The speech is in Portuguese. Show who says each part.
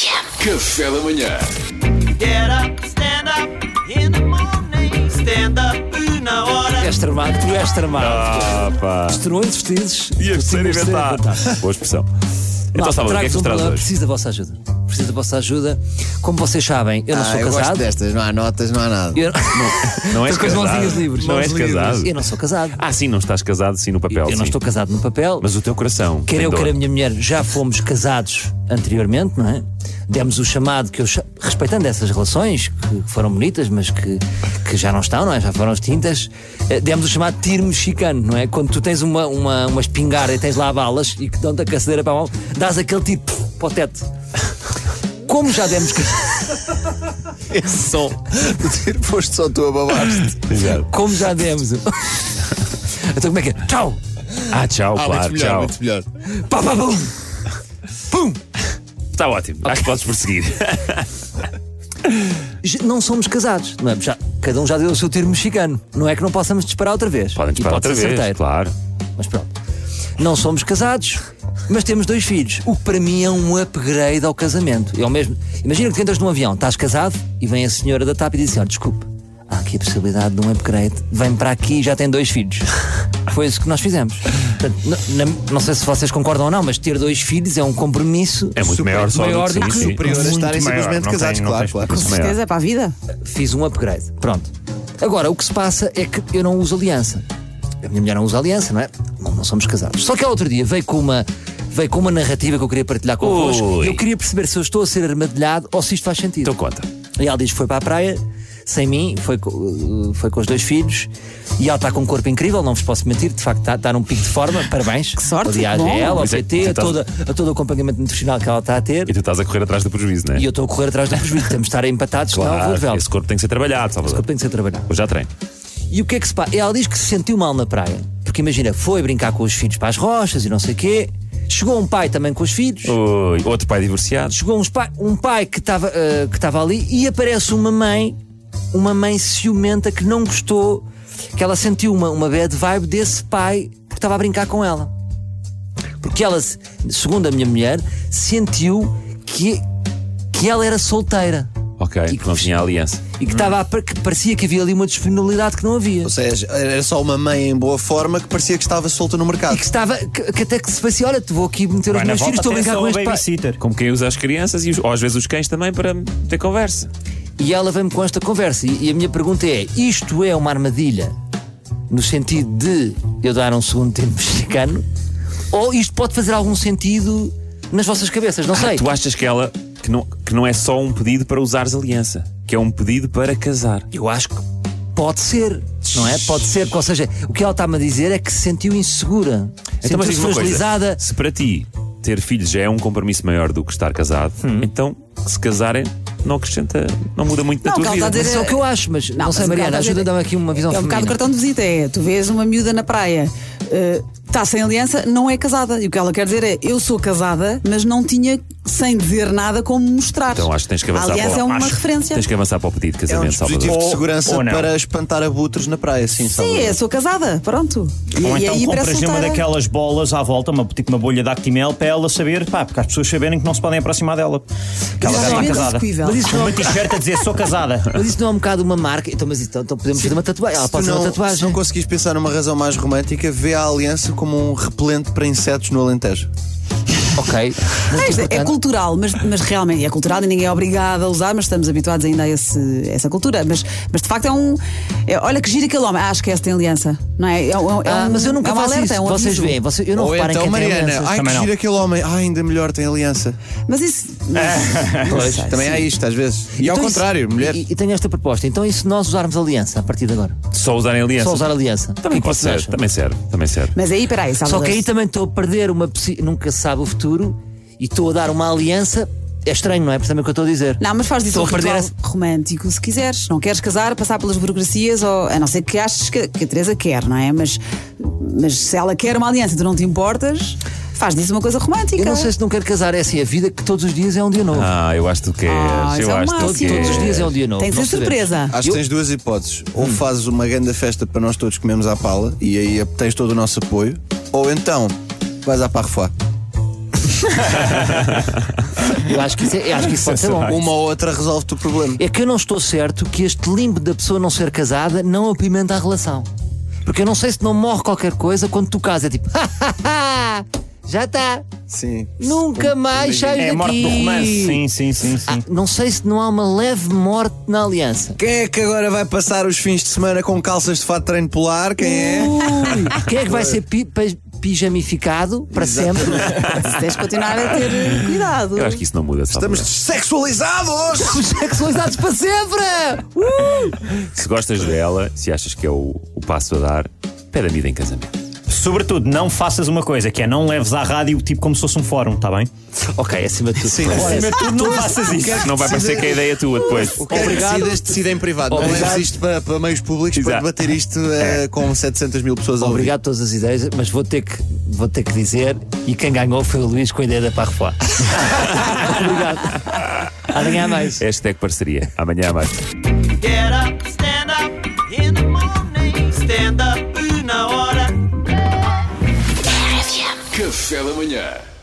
Speaker 1: Café da manhã.
Speaker 2: Get up, stand up in the morning. Stand up na hora.
Speaker 3: És tramado, É tu és tramado.
Speaker 4: Ah, pá.
Speaker 3: Estreou existes.
Speaker 4: Ias ser inventar. Boa expressão. Então, Salvador, o que é que nos traz hoje?
Speaker 3: Preciso um da vossa ajuda. Preciso da vossa ajuda. Como vocês sabem, eu não
Speaker 5: Ah,
Speaker 3: sou
Speaker 5: eu
Speaker 3: casado.
Speaker 5: gosto destas, não há notas, não há nada.
Speaker 3: Eu...
Speaker 4: Não és
Speaker 3: Estou com as
Speaker 4: casado.
Speaker 3: mãozinhas livres.
Speaker 4: Não
Speaker 3: mãos
Speaker 4: és
Speaker 3: livres.
Speaker 4: casado.
Speaker 3: Eu não sou casado.
Speaker 4: Ah, sim, não estás casado, sim, no papel.
Speaker 3: eu não
Speaker 4: sim.
Speaker 3: estou é casado no papel.
Speaker 4: Mas o teu coração.
Speaker 3: Quer
Speaker 4: tem
Speaker 3: eu,
Speaker 4: dor.
Speaker 3: quer a minha mulher, já fomos casados anteriormente, não é? Demos o chamado que eu. cha- Respeitando essas relações, que foram bonitas, mas que, que já não estão, não é? Já foram extintas, eh, demos o chamado tiro mexicano, não é? Quando tu tens uma, uma, uma espingarda e tens lá balas e que dão-te a cacedeira para a mão, dás aquele tiro puf, para o teto. Como já demos.
Speaker 4: Esse som.
Speaker 5: Ter posto só tu a babar-te.
Speaker 4: Exato.
Speaker 3: Como já demos. o- então como é que é? Tchau!
Speaker 4: Ah, tchau,
Speaker 5: Ah,
Speaker 4: claro,
Speaker 5: muito melhor,
Speaker 4: tchau.
Speaker 5: muito melhor.
Speaker 3: Pá, pá, pum! Pum!
Speaker 4: Está ótimo. Acho que podes prosseguir.
Speaker 3: Já- não somos casados, não é? Já- cada um já deu o seu tiro mexicano. Não é que não possamos disparar outra vez.
Speaker 4: Podem disparar
Speaker 3: e pode
Speaker 4: outra
Speaker 3: ser
Speaker 4: vez.
Speaker 3: certeiro.
Speaker 4: Claro.
Speaker 3: Mas pronto. Não somos casados, mas temos dois filhos. O que para mim é um upgrade ao casamento. É o mesmo. Imagina que tu entras num avião, estás casado e vem a senhora da TAP e diz assim: olha, desculpe, há aqui a possibilidade de um upgrade. Vem para aqui e já tem dois filhos. Foi isso que nós fizemos. Portanto, n- n- não sei se vocês concordam ou não, mas ter dois filhos é um compromisso.
Speaker 4: É muito maior só
Speaker 3: maior
Speaker 4: do
Speaker 3: do
Speaker 4: que
Speaker 3: que
Speaker 4: sim, sim.
Speaker 5: superior a
Speaker 4: Muito
Speaker 5: estarem
Speaker 4: maior.
Speaker 5: simplesmente
Speaker 4: Não
Speaker 5: casados,
Speaker 4: tem- é não
Speaker 5: claro,
Speaker 4: tens
Speaker 5: claro.
Speaker 6: Com
Speaker 4: muito maior.
Speaker 6: certeza, para a vida.
Speaker 3: fiz um upgrade. Pronto. Agora, o que se passa é que eu não uso aliança. A minha mulher não usa aliança, não é? Não, não somos casados. Só que ao outro dia veio com uma. Veio com uma narrativa que eu queria partilhar convosco.
Speaker 4: Ui.
Speaker 3: Eu queria perceber se eu estou a ser armadilhado ou se isto faz sentido.
Speaker 4: Então conta.
Speaker 3: E ela diz: foi para a praia, sem mim, foi, co- foi com os dois filhos. E ela está com um corpo incrível, não vos posso mentir, de facto está, está num pico de forma, parabéns. Que
Speaker 6: sorte,
Speaker 3: Aliás,
Speaker 6: que bom.
Speaker 3: a ela, ao
Speaker 4: Mas é que
Speaker 3: PT,
Speaker 4: tu
Speaker 3: a,
Speaker 4: estás-
Speaker 3: toda, a todo o acompanhamento nutricional que ela está a ter.
Speaker 4: E tu estás a correr atrás do prejuízo, não é?
Speaker 3: E eu estou a correr atrás do prejuízo, temos de estar empatados, senão eu vou
Speaker 4: Claro,
Speaker 3: levá-lo.
Speaker 4: esse corpo tem que ser trabalhado, Salvador.
Speaker 3: Tem que ser trabalhado.
Speaker 4: Hoje já treino.
Speaker 3: E o que é que se passa? Ela diz que se sentiu mal na praia. Porque imagina, foi brincar com os filhos para as rochas e não sei o quê. Chegou um pai também com os filhos.
Speaker 4: Ui, outro pai divorciado.
Speaker 3: Chegou uns pai- um pai que estava ah, que estava ali e aparece uma mãe, uma mãe ciumenta que não gostou, que ela sentiu uma, uma bad vibe desse pai que estava a brincar com ela. Porque ela, se- segundo a minha mulher, sentiu que, que ela era solteira
Speaker 4: Ok,
Speaker 3: E-
Speaker 4: porque não tinha aliança.
Speaker 3: e que, estava a par- que parecia que havia ali uma disponibilidade que não havia.
Speaker 5: Ou seja, era só uma mãe em boa forma que parecia que estava solta no mercado.
Speaker 3: E que estava, que, que até que se fazia, olha, te vou aqui meter os
Speaker 7: Vai, na
Speaker 3: meus filhos,
Speaker 7: volta
Speaker 3: estou a
Speaker 7: até
Speaker 3: brincar
Speaker 7: só
Speaker 3: com
Speaker 7: o
Speaker 3: este pai.
Speaker 7: babysitter.
Speaker 4: um Como quem usa as crianças e os- ou às vezes os cães também para ter conversa.
Speaker 3: E ela vem-me com esta conversa. E, e a minha pergunta é: isto é uma armadilha no sentido de eu dar um segundo tempo mexicano? Ou isto pode fazer algum sentido nas vossas cabeças? Não sei.
Speaker 4: Tu achas que ela que não, que não é só um pedido para usares aliança, que é um pedido para casar.
Speaker 3: Eu acho que pode ser, não é? Pode ser. Ou seja, o que ela está-me a dizer é que se sentiu insegura,
Speaker 4: Então,
Speaker 3: sentiu-se
Speaker 4: mas diz-me uma coisa,
Speaker 3: fragilizada.
Speaker 4: se para ti ter filhos já é um compromisso maior do que estar casado,
Speaker 6: Hum.
Speaker 4: então se casarem não acrescenta, não muda muito na
Speaker 6: Não,
Speaker 4: tua
Speaker 6: o que
Speaker 4: vida.
Speaker 6: ela está a
Speaker 3: Mas
Speaker 6: dizer
Speaker 3: é o que eu acho, mas não, sei,
Speaker 6: mas o que ela
Speaker 3: Mariana,
Speaker 6: está a dizer
Speaker 3: ajuda a dar-me aqui uma visão
Speaker 6: É um bocado
Speaker 3: feminina.
Speaker 6: cartão de visita, é. Tu vês uma miúda na praia, eh, está sem aliança, não é casada. E o que ela quer dizer é: eu sou casada, mas não tinha, sem dizer nada, como mostrar.
Speaker 4: Então acho que tens que avançar
Speaker 6: A aliança
Speaker 4: para
Speaker 6: é
Speaker 4: o,
Speaker 6: uma
Speaker 4: acho que
Speaker 6: referência.
Speaker 4: Tens que avançar para o pedido de
Speaker 5: É um
Speaker 4: casamento,
Speaker 5: dispositivo
Speaker 4: Salvador.
Speaker 5: de segurança
Speaker 7: Ou não.
Speaker 5: para espantar abutres na praia, sim,
Speaker 6: Sim, eu sou casada, pronto. E,
Speaker 7: Ou
Speaker 6: e
Speaker 7: então
Speaker 6: aí parece
Speaker 7: compras uma
Speaker 6: solteira.
Speaker 7: daquelas bolas à volta, uma, tipo uma bolha de Actimel, para ela saber, pá, porque as pessoas saberem que não se podem aproximar dela. Que ela já está
Speaker 6: Exatamente,
Speaker 7: casada.
Speaker 6: execuível.
Speaker 3: Mas isso
Speaker 7: Com Uma t-shirt a dizer sou casada.
Speaker 3: Mas isso não é um bocado uma marca? Então, mas então, então podemos fazer uma tatuagem. Ela
Speaker 5: Se tu
Speaker 3: pode fazer uma
Speaker 5: não, Ah, se
Speaker 3: tatuagem.
Speaker 5: não conseguis pensar numa razão mais romântica, vê a aliança como um repelente para insetos no Alentejo.
Speaker 3: Ok. Muito
Speaker 6: Ah, isto é- é
Speaker 3: importante.
Speaker 6: cultural, mas, mas realmente é cultural e ninguém é obrigado a usar, mas estamos habituados ainda a esse- essa cultura. Mas, mas de facto é um. é- olha que gira aquele homem. Ah, esquece, tem aliança. Não é? É, um- é um-
Speaker 3: Ah, mas eu nunca
Speaker 6: é um
Speaker 3: faço
Speaker 6: alerta,
Speaker 3: isso.
Speaker 6: É um
Speaker 3: vocês
Speaker 6: aviso.
Speaker 3: veem, vocês, eu não
Speaker 5: Ou
Speaker 3: reparem
Speaker 5: então,
Speaker 3: quem tem
Speaker 5: Mariana,
Speaker 3: alianças.
Speaker 5: ai que
Speaker 7: Também não.
Speaker 5: gira aquele homem, ai, ainda melhor tem aliança.
Speaker 6: Mas isso. não sei,
Speaker 5: Também
Speaker 6: sim.
Speaker 5: há isto às vezes. E Ah, ao
Speaker 3: Então isso-
Speaker 5: contrário, mulher.
Speaker 3: E, e tenho esta proposta. Então, e se nós usarmos aliança a partir de agora?
Speaker 4: Só usarem aliança.
Speaker 3: Só usar aliança.
Speaker 4: Também
Speaker 3: O que é que
Speaker 4: pode
Speaker 3: vocês
Speaker 4: ser,
Speaker 3: acham?
Speaker 4: também serve, também serve.
Speaker 6: Mas aí, peraí,
Speaker 3: Só
Speaker 6: Salvador.
Speaker 3: que aí também estou a perder uma. possi- Nunca se sabe o futuro e estou a dar uma aliança. É estranho, não é? Percebem o que eu estou a dizer?
Speaker 6: Não, mas faz disso
Speaker 3: Estou
Speaker 6: um
Speaker 3: a perder
Speaker 6: ritual romântico, se quiseres. Não queres casar, passar pelas burocracias, ou a não ser que aches que, que a Teresa quer, não é? Mas, mas se ela quer uma aliança e tu não te importas, faz disso uma coisa romântica.
Speaker 3: Eu não sei se não quero casar. É assim, a vida que todos os dias é um dia novo.
Speaker 4: Ah, eu acho que tu queres.
Speaker 6: Ah, isso
Speaker 4: eu
Speaker 6: é o
Speaker 4: acho que tu
Speaker 6: máximo.
Speaker 4: queres.
Speaker 3: Todos os dias é um dia novo.
Speaker 6: Tem que
Speaker 3: não
Speaker 6: ser
Speaker 3: sabemos.
Speaker 6: surpresa.
Speaker 5: Acho que tens duas hipóteses.
Speaker 3: Hum.
Speaker 5: Ou fazes uma grande festa para nós todos comermos à pala e aí tens todo o nosso apoio, ou então vais à Parfois.
Speaker 3: Eu acho que isso, é- eu acho que isso pode ser bom.
Speaker 5: Uma ou outra resolve-te o problema.
Speaker 3: É que eu não estou certo que este limbo da pessoa não ser casada não apimenta a relação. Porque eu não sei se não morre qualquer coisa quando tu casas. É tipo, já está,
Speaker 5: Sim.
Speaker 3: nunca mais saio
Speaker 7: É
Speaker 3: daqui.
Speaker 7: a morte do romance. Sim, sim, sim. sim.
Speaker 3: Ah, não sei se não há uma leve morte na aliança.
Speaker 5: Quem é que agora vai passar os fins de semana com calças de fato de treino polar? Quem é?
Speaker 3: Ui, Quem é que vai ser pi- pi- pijamificado para sempre?
Speaker 6: Se tens de continuar a ter eh, cuidado.
Speaker 4: Eu acho que isso não muda.
Speaker 5: Estamos
Speaker 4: Estamos...
Speaker 5: sexualizados!
Speaker 3: Sexualizados para sempre!
Speaker 4: Se gostas dela, se achas que é o, o passo a dar, pede a vida em casamento.
Speaker 7: Sobretudo, não faças uma coisa que é não leves à rádio tipo como se fosse um fórum, está bem?
Speaker 3: Ok, acima de tudo.
Speaker 5: Sim,
Speaker 7: Acima de tudo, não faças isso.
Speaker 4: Não vai parecer que é ideia tua depois.
Speaker 5: Quem
Speaker 3: Obrigado.
Speaker 5: decidas, decida em privado. Não
Speaker 3: Obrigado. É.
Speaker 5: leves isto para, para meios públicos para
Speaker 4: Exato.
Speaker 5: debater isto eh, com 700 mil pessoas ao
Speaker 3: Obrigado por todas as ideias, mas vou ter que, vou ter que dizer, e quem ganhou foi o Luís com a ideia da Parfois. Obrigado. Amanhã há mais.
Speaker 4: Hashtag parceria. Amanhã há mais.
Speaker 2: Get up, stand up in the morning. Stand up, una hora.
Speaker 1: Café da manhã.